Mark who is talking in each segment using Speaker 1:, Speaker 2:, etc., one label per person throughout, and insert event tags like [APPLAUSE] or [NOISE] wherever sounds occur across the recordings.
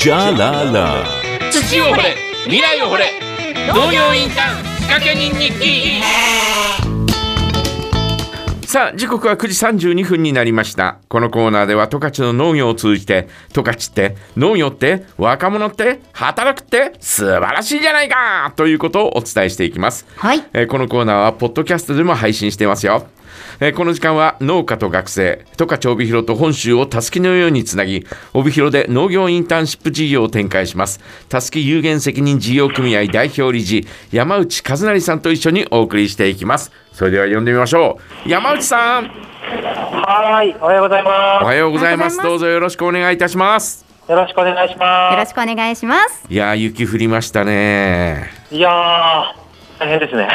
Speaker 1: じゃらら
Speaker 2: 土を掘れ未来を掘れ農業インターン仕掛け人日記
Speaker 3: さあ時刻は9時32分になりましたこのコーナーでは十勝の農業を通じて十勝って農業って若者って働くって素晴らしいじゃないかということをお伝えしていきます、
Speaker 4: はい
Speaker 3: えーこのコーナーはポッドキャストでも配信してますよえーこの時間は農家と学生十勝帯広と本州をたすきのようにつなぎ帯広で農業インターンシップ事業を展開しますたすき有限責任事業組合代表理事山内和成さんと一緒にお送りしていきますそれでは呼んでみましょう山内さん
Speaker 5: はーい、おはようござい
Speaker 3: お
Speaker 5: ま
Speaker 3: はようございます
Speaker 4: おは
Speaker 3: ど
Speaker 4: よ
Speaker 3: うぞよろしくお願いいたします
Speaker 5: す。よろしくお願いし
Speaker 4: よろ
Speaker 5: ま
Speaker 4: しくお願いします。
Speaker 3: いやー雪降りましたね、
Speaker 5: す。いやー、大変
Speaker 3: [LAUGHS]
Speaker 5: ですね。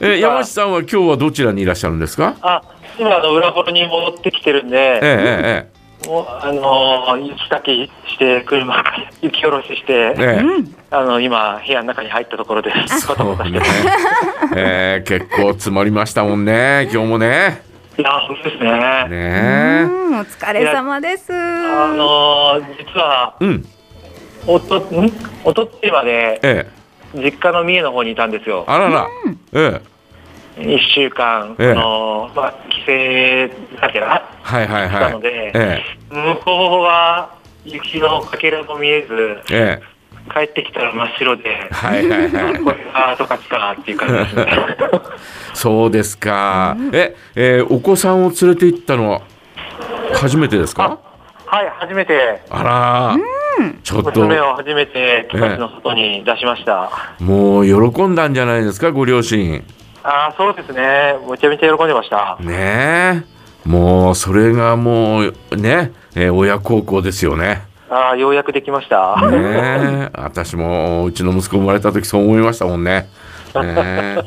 Speaker 3: えー山内さんは今日はどちらにいらっしゃるんですか
Speaker 5: あ、今あの裏幌に戻ってきてるん
Speaker 3: ええ
Speaker 5: で、
Speaker 3: え
Speaker 5: もうあのー雪かきして車から雪下ろしして、
Speaker 3: えええええ
Speaker 5: あの今部屋の中に入ったところです。バタ
Speaker 3: そ
Speaker 5: バ
Speaker 3: う
Speaker 5: タして
Speaker 3: ね。えー、結構積もりましたもんね、今日もね。
Speaker 5: いやー、そうですね。
Speaker 3: ね
Speaker 4: う
Speaker 3: え。
Speaker 4: ん、お疲れ様です。
Speaker 5: あのー実は
Speaker 3: うん、
Speaker 5: おとんおとついまで
Speaker 3: ええ、
Speaker 5: 実家の三重の方にいたんですよ。
Speaker 3: あらら。ええ、
Speaker 5: 一週間、
Speaker 3: ええ
Speaker 5: あのーまあ帰省だけな。
Speaker 3: はいはいは
Speaker 5: ないの。で、
Speaker 3: え
Speaker 5: 向こうは雪のかけらも見えず、
Speaker 3: え、え
Speaker 5: 帰ってきたら真っ白で
Speaker 3: え、、はいはいはい。
Speaker 5: [LAUGHS] これがとかつかっていう感
Speaker 3: [LAUGHS]
Speaker 5: じですね。
Speaker 3: そうですか。え、えーお子さんを連れて行ったのは初めてです
Speaker 5: あ
Speaker 3: か
Speaker 5: はい、初めて、
Speaker 3: あらちょっと、
Speaker 5: 娘を初めて、十勝の外に出しました。
Speaker 3: もう喜んだんじゃないですか、ご両親。
Speaker 5: ああ、そうですね。めちゃめちゃ喜んでました。
Speaker 3: ねえ。もう、それがもう、ね、えー親孝行ですよね。
Speaker 5: ああ、ようやくできました。
Speaker 3: ねえ、私もうちの息子生まれた時そう思いましたもんね。ねえ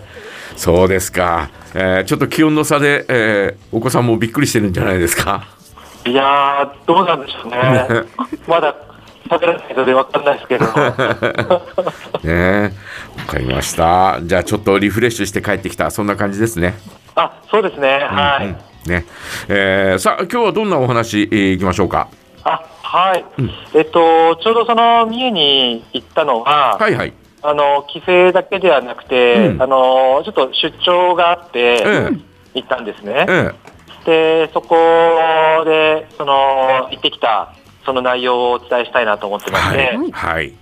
Speaker 3: そうですか、えーちょっと気温の差で、えーお子さんもびっくりしてるんじゃないですか。
Speaker 5: いやー、どうなんでしょうね。まだ喋らないのでわかんないです
Speaker 3: [LAUGHS]
Speaker 5: けど。
Speaker 3: ねえ、わかりました。じゃあちょっとリフレッシュして帰ってきた、そんな感じですね。
Speaker 5: あ、そうですね。はい。
Speaker 3: うんねえーさあ、今日はどんなお話、えーいきましょうか。
Speaker 5: あはい、えっと、ちょうどその三重に行ったのは、
Speaker 3: はいはい。
Speaker 5: あの帰省だけではなくて、
Speaker 3: うん
Speaker 5: あのちょっと出張があって、
Speaker 3: え
Speaker 5: 行ったんですね
Speaker 3: え、、え
Speaker 5: でそこでその行ってきたその内容をお伝えしたいなと思って
Speaker 3: え
Speaker 5: まして、はい
Speaker 3: はい。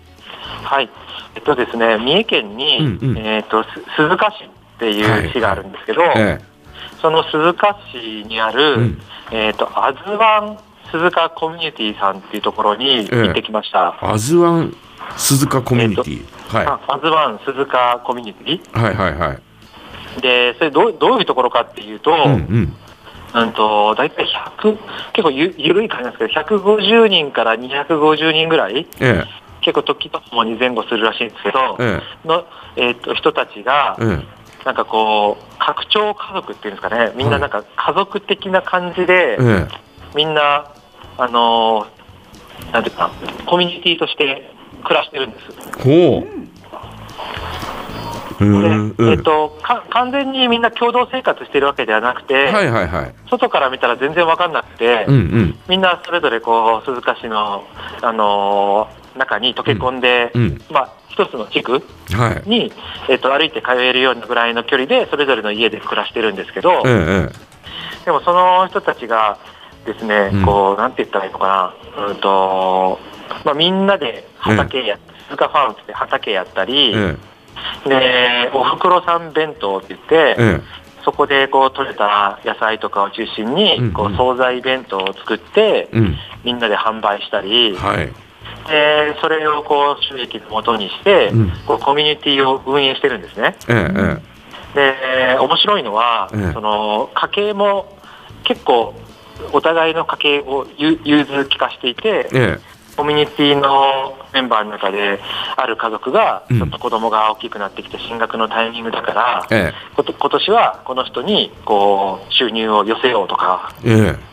Speaker 3: はい。
Speaker 5: えっとですね、三重県に、
Speaker 3: うんうん
Speaker 5: えっとす鈴鹿市っていう市があるんですけど、
Speaker 3: え
Speaker 5: その鈴鹿市にある、
Speaker 3: うん
Speaker 5: えっとアズワン鈴鹿コミュニティさんっていうところに行ってきました。
Speaker 3: えアズワン鈴鹿コミュニティ。
Speaker 5: あ
Speaker 3: は
Speaker 5: アズワン鈴鹿コミュニテ
Speaker 3: い。はいはいはい。
Speaker 5: ィで、それどうどういうところかっていうと、
Speaker 3: う
Speaker 5: うん
Speaker 3: うんん。
Speaker 5: と大体100、結構ゆゆるい感じなんですけど、150人から250人ぐらい、
Speaker 3: え
Speaker 5: 結構時とともに前後するらしいんですけど、
Speaker 3: ええ
Speaker 5: のえっと人たちが、
Speaker 3: えええ
Speaker 5: なんかこう、拡張家族っていうんですかね、みんななんか家族的な感じで、
Speaker 3: え
Speaker 5: みんな、あのーなんていうかな、コミュニティとして暮らしてるんです。
Speaker 3: ほう。
Speaker 5: で
Speaker 3: うんうん
Speaker 5: えっと、か完全にみんな共同生活してるわけではなくて、
Speaker 3: はいはいはい。
Speaker 5: 外から見たら全然わかんなくて、
Speaker 3: うんうん
Speaker 5: みんなそれぞれこう鈴鹿市の、あのー中に溶け込んで、
Speaker 3: うん。
Speaker 5: まあ、一つの地区
Speaker 3: はい。
Speaker 5: に、えっと歩いて通えるようなぐらいの距離でそれぞれの家で暮らしてるんですけど、
Speaker 3: ええ
Speaker 5: でもその人たちがですね、
Speaker 3: うん
Speaker 5: こうなんて言ったらいいのかな、うんとまあ、みんなで畑や、鈴鹿ファームって畑やったり、
Speaker 3: え
Speaker 5: でおふくろさん弁当って言って、
Speaker 3: ええ
Speaker 5: そこでこう取れた野菜とかを中心
Speaker 3: うんうん
Speaker 5: にこう惣菜弁当を作って
Speaker 3: えうん。
Speaker 5: みんなで販売したり
Speaker 3: はい。
Speaker 5: でそれをこう収益のもとにして
Speaker 3: うん
Speaker 5: こうコミュニティを運営してるんですね
Speaker 3: えええ
Speaker 5: で面白いのは
Speaker 3: ええ
Speaker 5: その家計も結構お互いの家計をゆ融通きかしていて
Speaker 3: ええ
Speaker 5: コミュニティのメンバーの中である家族が
Speaker 3: うん
Speaker 5: ちょっと子供が大きくなってきて進学のタイミングだから
Speaker 3: ええ
Speaker 5: こと今年はこの人にこう収入を寄せようとか、
Speaker 3: ええ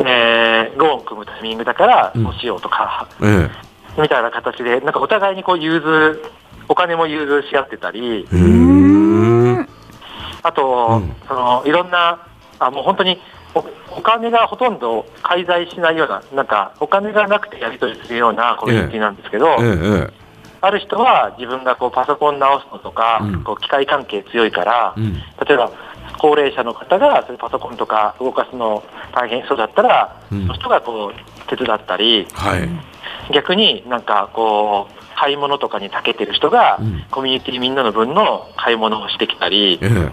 Speaker 5: えーローン組むタイミングだから
Speaker 3: うん
Speaker 5: こうしようとか、
Speaker 3: ええ
Speaker 5: みたいな形でなんかお互いにこう融通お金も融通し合ってた
Speaker 3: へ
Speaker 5: り
Speaker 3: え
Speaker 5: あと、
Speaker 3: うん
Speaker 5: そのいろんなあもう本当におお金がほとんど介在しないような、なんか、お金がなくてやり取りするようなコミュニティなんですけど、
Speaker 3: ええ
Speaker 5: ある人は自分がこうパソコン直すのとか、
Speaker 3: うん
Speaker 5: こう機械関係強いから、
Speaker 3: うん
Speaker 5: 例えば高齢者の方がそういうパソコンとか動かすの大変そうだったら、
Speaker 3: うん
Speaker 5: その人がこう手伝ったり、
Speaker 3: はい。
Speaker 5: 逆になんかこう、買い物とかに長けてる人が、
Speaker 3: うん
Speaker 5: コミュニティみんなの分の買い物をしてきたり、
Speaker 3: ええ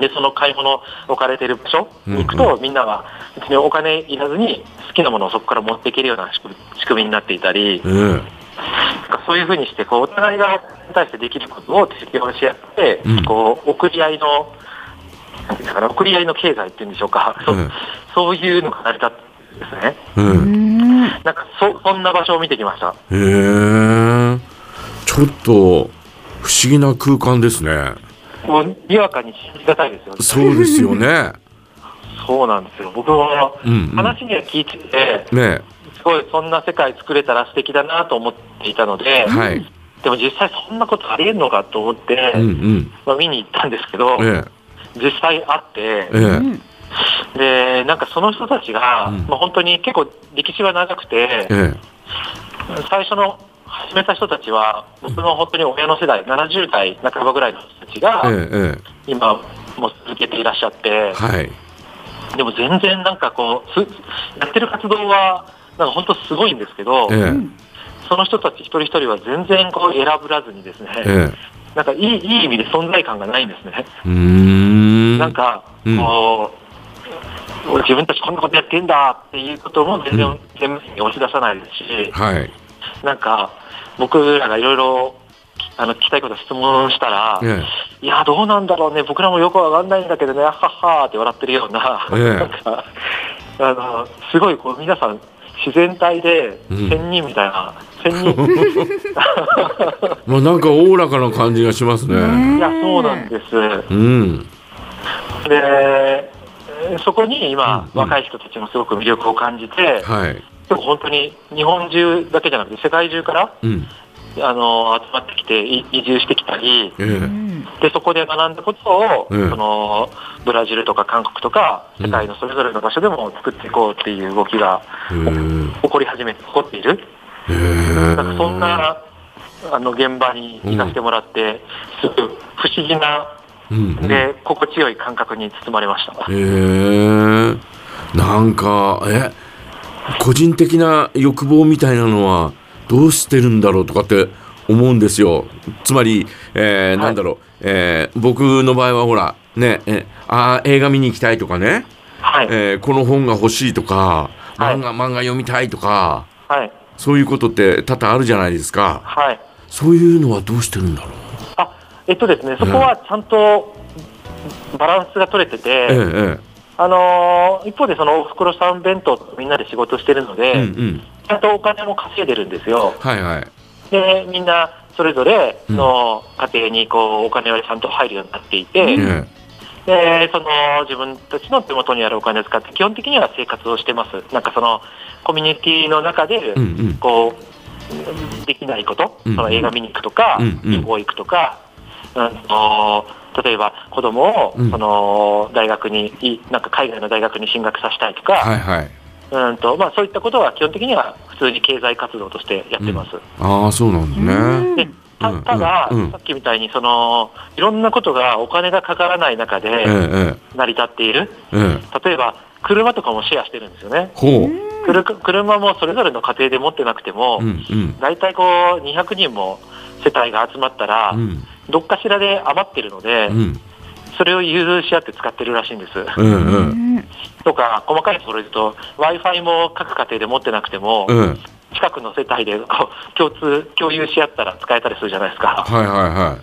Speaker 5: で、その買い物置かれてる場所に行く
Speaker 3: うん
Speaker 5: と、みんなは別にお金いらずに好きなものをそこから持っていけるような仕組み仕組みになっていたり、
Speaker 3: ええ
Speaker 5: なんかそういうふうにしてこう、お互いが対してできることを適用し合って、
Speaker 3: うん
Speaker 5: こう送り合いの、なんていうんですかね、送り合いの経済っていうんでしょうか、そ
Speaker 3: うん
Speaker 5: そういうのが成り立ってるんですね。
Speaker 3: ええ
Speaker 4: うん。
Speaker 5: なんかそそんな場所を見てきました。
Speaker 3: へえちょっと不思議な空間ですね
Speaker 5: もうにわかに信じがたいですよね。
Speaker 3: そうですよね
Speaker 5: そうなんですよ。僕も
Speaker 3: うんうん
Speaker 5: 話には聞いてて、
Speaker 3: ね
Speaker 5: すごいそんな世界作れたら素敵だなと思っていたので、
Speaker 3: えはい
Speaker 5: でも実際そんなことありえんのかと思って、
Speaker 3: うんうん
Speaker 5: まあ、見に行ったんですけど、
Speaker 3: え
Speaker 5: 実際あって
Speaker 3: え、ええ
Speaker 5: でなんかその人たちが、
Speaker 3: うん
Speaker 5: まあ、本当に結構歴史が長くて、
Speaker 3: え
Speaker 5: 最初の始めた人たちは僕の本当に親の世代70代半ばぐらいの人たちが、
Speaker 3: えええ
Speaker 5: 今も続けていらっしゃって
Speaker 3: はい
Speaker 5: でも全然なんかこうすやってる活動はなんか本当すごいんですけど、
Speaker 3: ええ
Speaker 5: その人たち一人一人は全然こう選ぶらずにですね、
Speaker 3: ええ
Speaker 5: なんかいいいい意味で存在感がないんですね。
Speaker 3: うーん
Speaker 5: なんか、
Speaker 3: うん
Speaker 5: こう、自分たちこんなことやってんだっていうことも全
Speaker 3: う
Speaker 5: 然
Speaker 3: ん
Speaker 5: 全面に押し出さないですし、
Speaker 3: はい
Speaker 5: なんか、僕らがいろいろ、あの、聞きたいこと質問したら、
Speaker 3: え
Speaker 5: いや、どうなんだろうね、僕らもよくわかんないんだけどね、はっはーって笑ってるような、
Speaker 3: ええ
Speaker 5: [LAUGHS] なんか、あの、すごいこう、皆さん、自然体で、
Speaker 3: うん
Speaker 5: 仙人みたいな、
Speaker 3: [LAUGHS]
Speaker 5: 仙人、
Speaker 3: えまあなんかおおらかな感じがしますね
Speaker 5: いや、そうなんです。
Speaker 3: うん
Speaker 5: で、そこに今、
Speaker 3: うんうん
Speaker 5: 若い人たちもすごく魅力を感じて、
Speaker 3: はい
Speaker 5: 結構本当に日本中だけじゃなくて、世界中から、
Speaker 3: うん
Speaker 5: あの集まってきて、い移住してきたり、
Speaker 3: え
Speaker 4: う
Speaker 3: え
Speaker 4: ん。
Speaker 5: でそこで学んだことを、
Speaker 3: うん
Speaker 5: そのブラジルとか韓国とか、
Speaker 3: うん
Speaker 5: 世界のそれぞれの場所でも作っていこうっていう動きが起こり始めて、起こっている、
Speaker 3: ええ
Speaker 5: なんかそんなあの現場に行かせてもらって、すごく不思議な、
Speaker 3: うんうん
Speaker 5: で、心地よい感覚に包まれました。
Speaker 3: へえなんかえ個人的な欲望みたいなのはどうしてるんだろうとかって思うんですよつまり、えー
Speaker 5: はい
Speaker 3: なんだろう、えー僕の場合はほらねえあー映画見に行きたいとかね、
Speaker 5: はい、
Speaker 3: えーこの本が欲しいとか
Speaker 5: はい
Speaker 3: 漫画,、漫画読みたいとか
Speaker 5: はい、
Speaker 3: そういうことって多々あるじゃないですか
Speaker 5: はい。
Speaker 3: そういうのはどうしてるんだろう
Speaker 5: あえっとですね、そこはちゃんとバランスが取れてて、
Speaker 3: えええ
Speaker 5: あのー一方でそのおふくろさん弁当とみんなで仕事してるので、
Speaker 3: えうんうん
Speaker 5: ちゃんとお金も稼いでるんですよ。
Speaker 3: はいはい
Speaker 5: で、みんなそれぞれ
Speaker 3: うん
Speaker 5: の家庭にこうお金はちゃんと入るようになっていて、
Speaker 3: え
Speaker 4: うん
Speaker 3: え
Speaker 5: でその自分たちの手元にあるお金を使って基本的には生活をしてます。なんかそのコミュニティの中で、
Speaker 3: うんうん
Speaker 5: こう、できないこと、
Speaker 3: うん
Speaker 5: その映画見に行くとか、
Speaker 3: うんうん
Speaker 5: 旅行行くとか、うんと、例えば子供を、
Speaker 3: うん
Speaker 5: その大学にい、なんか海外の大学に進学させたいとか、
Speaker 3: はいはい
Speaker 5: うんとまあ、そういったことは基本的には普通に経済活動としてやってます。
Speaker 3: ああそうなんだね、
Speaker 5: でた
Speaker 3: うん
Speaker 5: ただ、
Speaker 3: うん
Speaker 5: さっきみたいにそのいろんなことがお金がかからない中
Speaker 3: え
Speaker 5: で
Speaker 3: え
Speaker 5: 成り立っている、
Speaker 3: えええ
Speaker 5: 例えば車とかもシェアしてるんですよね、
Speaker 3: ほう、
Speaker 5: くる車もそれぞれの家庭で持ってなくても、
Speaker 3: うんうん
Speaker 5: 大体こう200人も世帯が集まったら、
Speaker 3: うん
Speaker 5: どっかしらで余ってるので、
Speaker 3: うん
Speaker 5: それを融通し合って使ってるらしいんです。
Speaker 3: うんう
Speaker 4: うんん。
Speaker 5: とか、細かいところで言うと、Wi-Fi も各家庭で持ってなくても、
Speaker 3: うん
Speaker 5: 近くの世帯でこう共通、共有し合ったら使えたりするじゃないですか、
Speaker 3: はいはいは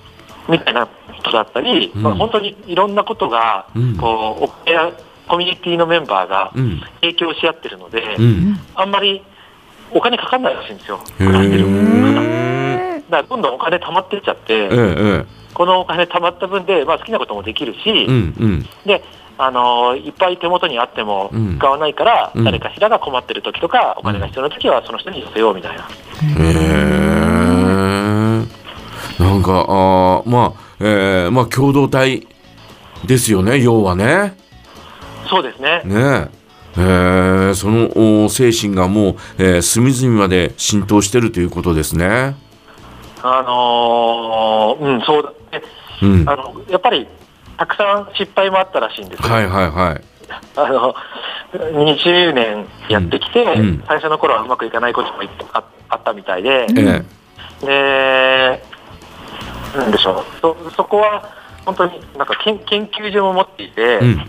Speaker 5: みたいなことだったり、
Speaker 3: うん
Speaker 5: まあ、本当にいろんなことが、
Speaker 3: うん
Speaker 5: こうお金やコミュニティのメンバーが
Speaker 3: いうん
Speaker 5: 影響し合ってるので、
Speaker 3: うん
Speaker 5: あんまりお金かかんないらしいんですよ、
Speaker 3: へ
Speaker 5: 暮らしてる
Speaker 3: え
Speaker 5: だからどんどんお金貯まってっちゃって、
Speaker 3: ええ
Speaker 5: このお金貯まった分で、まあ、好きなこともできるし、
Speaker 3: うんうん
Speaker 5: で、あのーいっぱい手元にあっても
Speaker 3: うん
Speaker 5: 使わないから、
Speaker 3: うん
Speaker 5: 誰かしらが困ってる時とか、お金が必要な時はその人に寄せようみたいな。
Speaker 3: へえなんかあーまあええまあ共同体ですよね要はね
Speaker 5: そうですね。
Speaker 3: ねええーそのお精神がもう、えー隅々まで浸透してるということですね。
Speaker 5: あのーうん、そうだね。
Speaker 3: うん、
Speaker 5: あ
Speaker 3: は
Speaker 5: の、やっぱり、たくさん失敗もあったらしいんです
Speaker 3: い
Speaker 5: よ
Speaker 3: はいはい。
Speaker 5: あの、20年やってきて、
Speaker 3: うんうん
Speaker 5: 最初の頃はうまくいかないこともいっぱいああったみたいで、
Speaker 3: え
Speaker 5: で、
Speaker 3: え
Speaker 5: なんでしょう、そ、そこは、本当になんか研研究所も持っていて、
Speaker 3: うん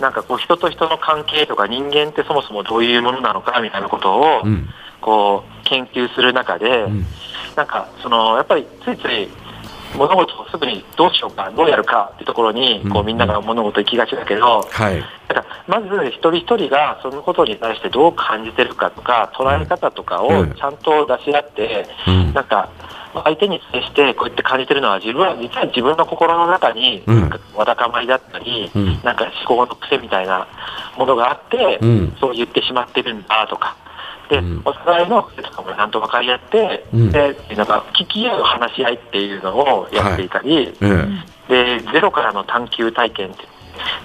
Speaker 5: なんかこう人と人の関係とか人間ってそもそもどういうものなのかみたいなことを、
Speaker 3: うん
Speaker 5: こう研究する中で、
Speaker 3: うん
Speaker 5: なんかそのやっぱりついつい物事をすぐにどうしようかどうやるかってところに
Speaker 3: うん
Speaker 5: こうみんなが物事行きがちだけど、
Speaker 3: はい
Speaker 5: なんかまず一人一人がそのことに対してどう感じてるかとか捉え方とか
Speaker 3: う
Speaker 5: を
Speaker 3: ん
Speaker 5: ちゃんと出し合って、
Speaker 3: うん
Speaker 5: なんか相手に接してこうやって感じてるのは自分は実は自分の心の中に
Speaker 3: うん
Speaker 5: なんかわだかまりだったり、
Speaker 3: うん
Speaker 5: なんか思考の癖みたいなものがあって、
Speaker 3: うん
Speaker 5: そう言ってしまってるんだとか。で、
Speaker 3: うん
Speaker 5: お互いの癖とかもちゃんと分かり合って、
Speaker 3: うん
Speaker 5: で、なんか聞き合う話し合いっていうのをやっていたり、
Speaker 3: ええ
Speaker 5: で、ゼロからの探求体験って、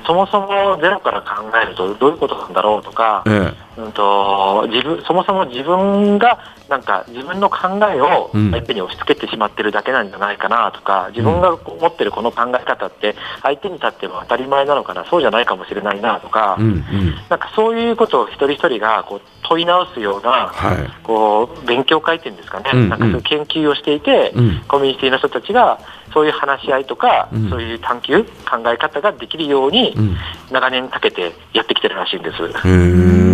Speaker 5: そもそもゼロから考えるとどういうことなんだろうとか、
Speaker 3: え
Speaker 5: うん、と自分そもそも自分がなんか自分の考えを
Speaker 3: うん
Speaker 5: 相手に押し付けてしまってるだけなんじゃないかなとか、自分が持ってるこの考え方って相手に立っても当たり前なのかなそうじゃないかもしれないなとか、
Speaker 3: えうんうん
Speaker 5: なんかそういうことを一人一人がこう問い直すような
Speaker 3: はい
Speaker 5: こう勉強会っていうんですかね、
Speaker 3: うんうん
Speaker 5: なんかそういう研究をしていて、
Speaker 3: うん
Speaker 5: コミュニティの人たちがそういう話し合いとか、
Speaker 3: うん
Speaker 5: そういう探求考え方ができるように
Speaker 3: うん
Speaker 5: 長年かけてやってきてるらしいんです。
Speaker 3: へえ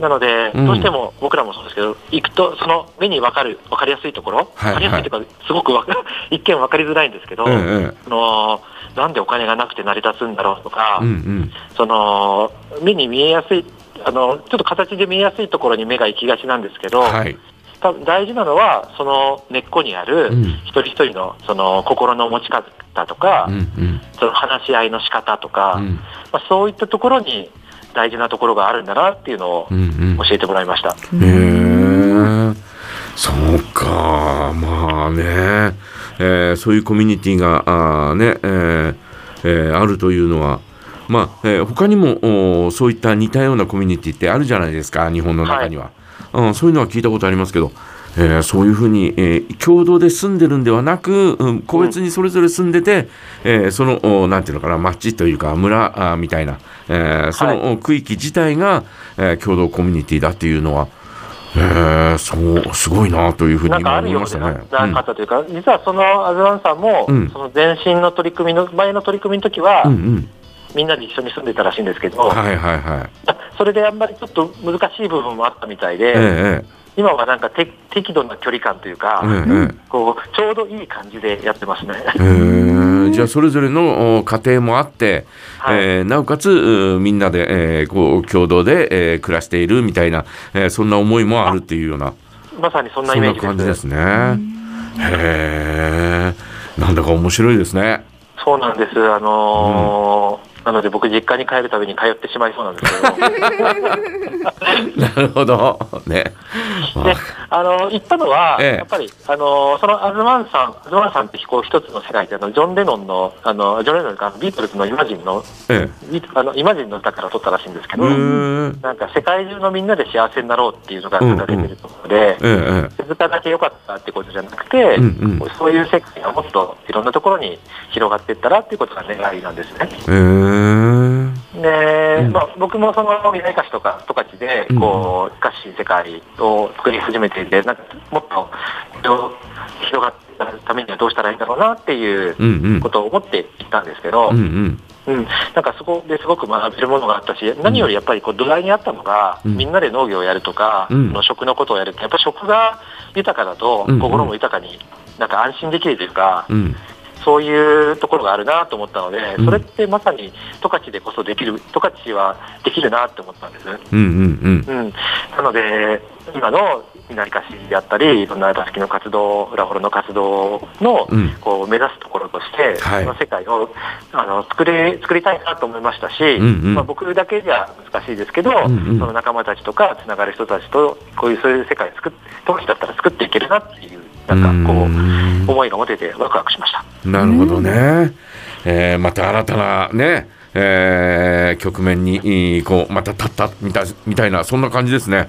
Speaker 5: なので、
Speaker 3: うん
Speaker 5: どうしても僕らもそうですけど、行くと、その目に分かる、分かりやすいところ、
Speaker 3: はい
Speaker 5: 分かりやすいというか、すごくわか [LAUGHS] 一見分かりづらいんですけど、
Speaker 3: ええ
Speaker 5: そのなんでお金がなくて成り立つんだろうとか、
Speaker 3: うんうん
Speaker 5: その目に見えやすいあの、ちょっと形で見えやすいところに目が行きがちなんですけど、
Speaker 3: はい
Speaker 5: 多分大事なのは、その根っこにある、
Speaker 3: うん
Speaker 5: 一人一人のその心の持ち方とか、
Speaker 3: うんうん
Speaker 5: その話し合いの仕方とか、
Speaker 3: うん
Speaker 5: まあ、そういったところに大事なところがあるんだなっていうのを
Speaker 3: うんうん
Speaker 5: 教えてもらいました。
Speaker 3: へえそうかまあね、えーそういうコミュニティがあーね、えーえーあるというのはまあ、えー他にもおーそういった似たようなコミュニティってあるじゃないですか日本の中には、うん、そういうのは聞いたことありますけど、えーそういうふうに、えー共同で住んでるんではなく、うん、個別にそれぞれ住んでて、えーそのおなんていうのかな町というか村あーみたいな、えーその、区域自体が、えー共同コミュニティだっていうのは、えーそうすごいなというふうに
Speaker 5: なんか
Speaker 3: 今
Speaker 5: あ
Speaker 3: 思
Speaker 5: る
Speaker 3: い
Speaker 5: よ
Speaker 3: ま
Speaker 5: う
Speaker 3: し
Speaker 5: で
Speaker 3: た
Speaker 5: な
Speaker 3: ね。
Speaker 5: なかったというか、実はそのアズワンさんも、
Speaker 3: うん
Speaker 5: その前身の取り組みの、前の取り組みの時は、
Speaker 3: うん、うんうん
Speaker 5: みんなで一緒に住んでたらしいんですけど、
Speaker 3: はいはいはい。
Speaker 5: それであんまりちょっと難しい部分もあったみたいで、
Speaker 3: ええ
Speaker 5: 今はなんかて適度な距離感というか、
Speaker 3: ええええ
Speaker 5: こう、ちょうどいい感じでやってますね。
Speaker 3: へーじゃあそれぞれのお家庭もあって、
Speaker 5: はい
Speaker 3: えーなおかつうみんなで、えーこう共同で、えー暮らしているみたいな、えーそんな思いもあるっていうような
Speaker 5: [LAUGHS] まさにそんな
Speaker 3: そ
Speaker 5: イ
Speaker 3: ん
Speaker 5: メー
Speaker 3: な
Speaker 5: ジ
Speaker 3: 感じで
Speaker 5: です。
Speaker 3: すね。へえなんだか面白いですね。 [LAUGHS]
Speaker 5: そうなんです。あのーなので僕実家に帰るたびに通ってしまいそうなんですけど。
Speaker 3: なるほどね。 [LAUGHS]
Speaker 5: で、あの、行ったのは、
Speaker 3: ええ
Speaker 5: やっぱり、あの、そのアズマンさん、アズマンさんって飛行一つの世界で、あの、ジョン・レノンの、あの、ジョン・レノンがあのビートルズのイマジンの、
Speaker 3: ええ
Speaker 5: ビートあの、イマジンの歌から撮ったらしいんですけ
Speaker 3: う
Speaker 5: ど、
Speaker 3: ーん
Speaker 5: なんか世界中のみんなで幸せになろうっていうのが書かれてるところで、
Speaker 3: えええ
Speaker 5: 静かだけ良かったってことじゃなくて、
Speaker 3: うんうん
Speaker 5: そういう世界がもっといろんなところに広がっていったらっていうことが願いなんですね。
Speaker 3: えへー
Speaker 5: で、
Speaker 3: うん
Speaker 5: まあ、僕もその未来歌詞とか十勝で
Speaker 3: うん
Speaker 5: こう歌詞世界を作り始めていてなんかもっと広がっていたためにはどうしたらいいんだろうなっていう
Speaker 3: うんうん
Speaker 5: ことを思っていったんですけど、
Speaker 3: うんうん
Speaker 5: うんなんかそこですごく学べるものがあったし何よりやっぱりこう土台にあったのが、
Speaker 3: うん
Speaker 5: みんなで農業をやるとか、
Speaker 3: うん
Speaker 5: の食のことをやるってやっぱり食が豊かだと
Speaker 3: うん
Speaker 5: 心も豊かになんか安心できるというか、
Speaker 3: うん
Speaker 5: そういうところがあるなと思ったので、
Speaker 3: うん
Speaker 5: それってまさに十勝でこそできる、十勝はできるなって思ったんです。
Speaker 3: うんうん
Speaker 5: うん。なので、今の稲荷菓子であったり、いろんなたきの活動、裏幌の活動の、
Speaker 3: うん
Speaker 5: こう、目指すところとして、
Speaker 3: はい
Speaker 5: この世界を、あの、作れ、作りたいなと思いましたし、
Speaker 3: んうん
Speaker 5: まあ、僕だけじゃ難しいですけど、
Speaker 3: うんうん
Speaker 5: その仲間たちとか、つながる人たちと、こういう、そういう世界を作っ、当時だったら作っていけるなっていう、なんかこう、
Speaker 3: うん
Speaker 5: 思いが持ててワクワクしました。
Speaker 3: なるほどね。えーまた新たなね、ええー局面に、いこう、また立ったみたいみたいな、そんな感じですね。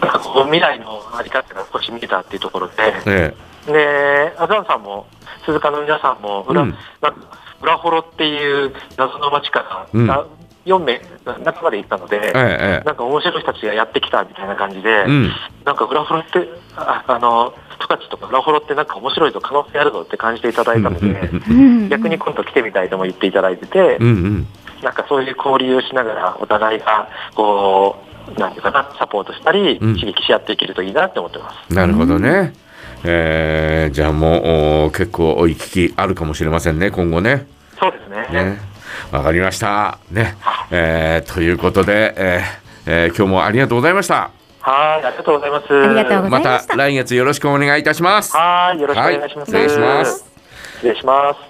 Speaker 5: なんかこう未来のあり方が少し見えたっていうところで、
Speaker 3: え
Speaker 5: で、アザンさんも、鈴鹿の皆さんも、裏、
Speaker 3: うん
Speaker 5: なんか裏幌っていう謎の町から、
Speaker 3: うん
Speaker 5: な4名、中まで行ったので
Speaker 3: え、え
Speaker 5: なんか面白い人たちがやってきたみたいな感じで、
Speaker 3: えうん。
Speaker 5: なんか裏幌って、ああの、十勝とか裏幌ってなんか面白いぞ、可能性あるぞって感じていただいたので、逆に今度来てみたいとも言っていただいてて
Speaker 3: う、んうん。
Speaker 5: なんかそういう交流をしながら、お互いが、こう、なんていうかな、サポートしたり、
Speaker 3: うん
Speaker 5: 刺激し合っていけるといいなって思ってます。
Speaker 3: なるほどね。えーじゃあもうおー結構行き来あるかもしれませんね、今後ね。
Speaker 5: そうですね。
Speaker 3: ね。わかりました。ね。えーということで、えーえー今日もありがとうございました。
Speaker 5: はい、ありがとうございます。
Speaker 4: ありがとうございま
Speaker 3: ま
Speaker 4: した
Speaker 3: た来月よろしくお願いいたします。
Speaker 5: はい、よろしくお願いします。
Speaker 3: はい失礼します。
Speaker 5: 失礼します。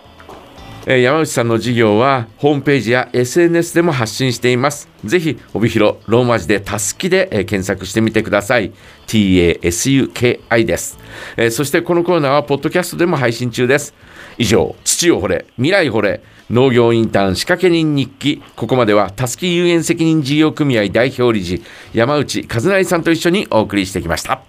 Speaker 3: えー山内さんの事業はホームページや SNS でも発信しています。ぜひ帯広ローマ字でたすきで、えー検索してみてください。TASUKI です、えーそしてこのコーナーはポッドキャストでも配信中です。以上、土を掘れ、未来掘れ、農業インターン仕掛け人日記。ここまではたすき有限責任事業組合代表理事山内和成さんと一緒にお送りしてきました。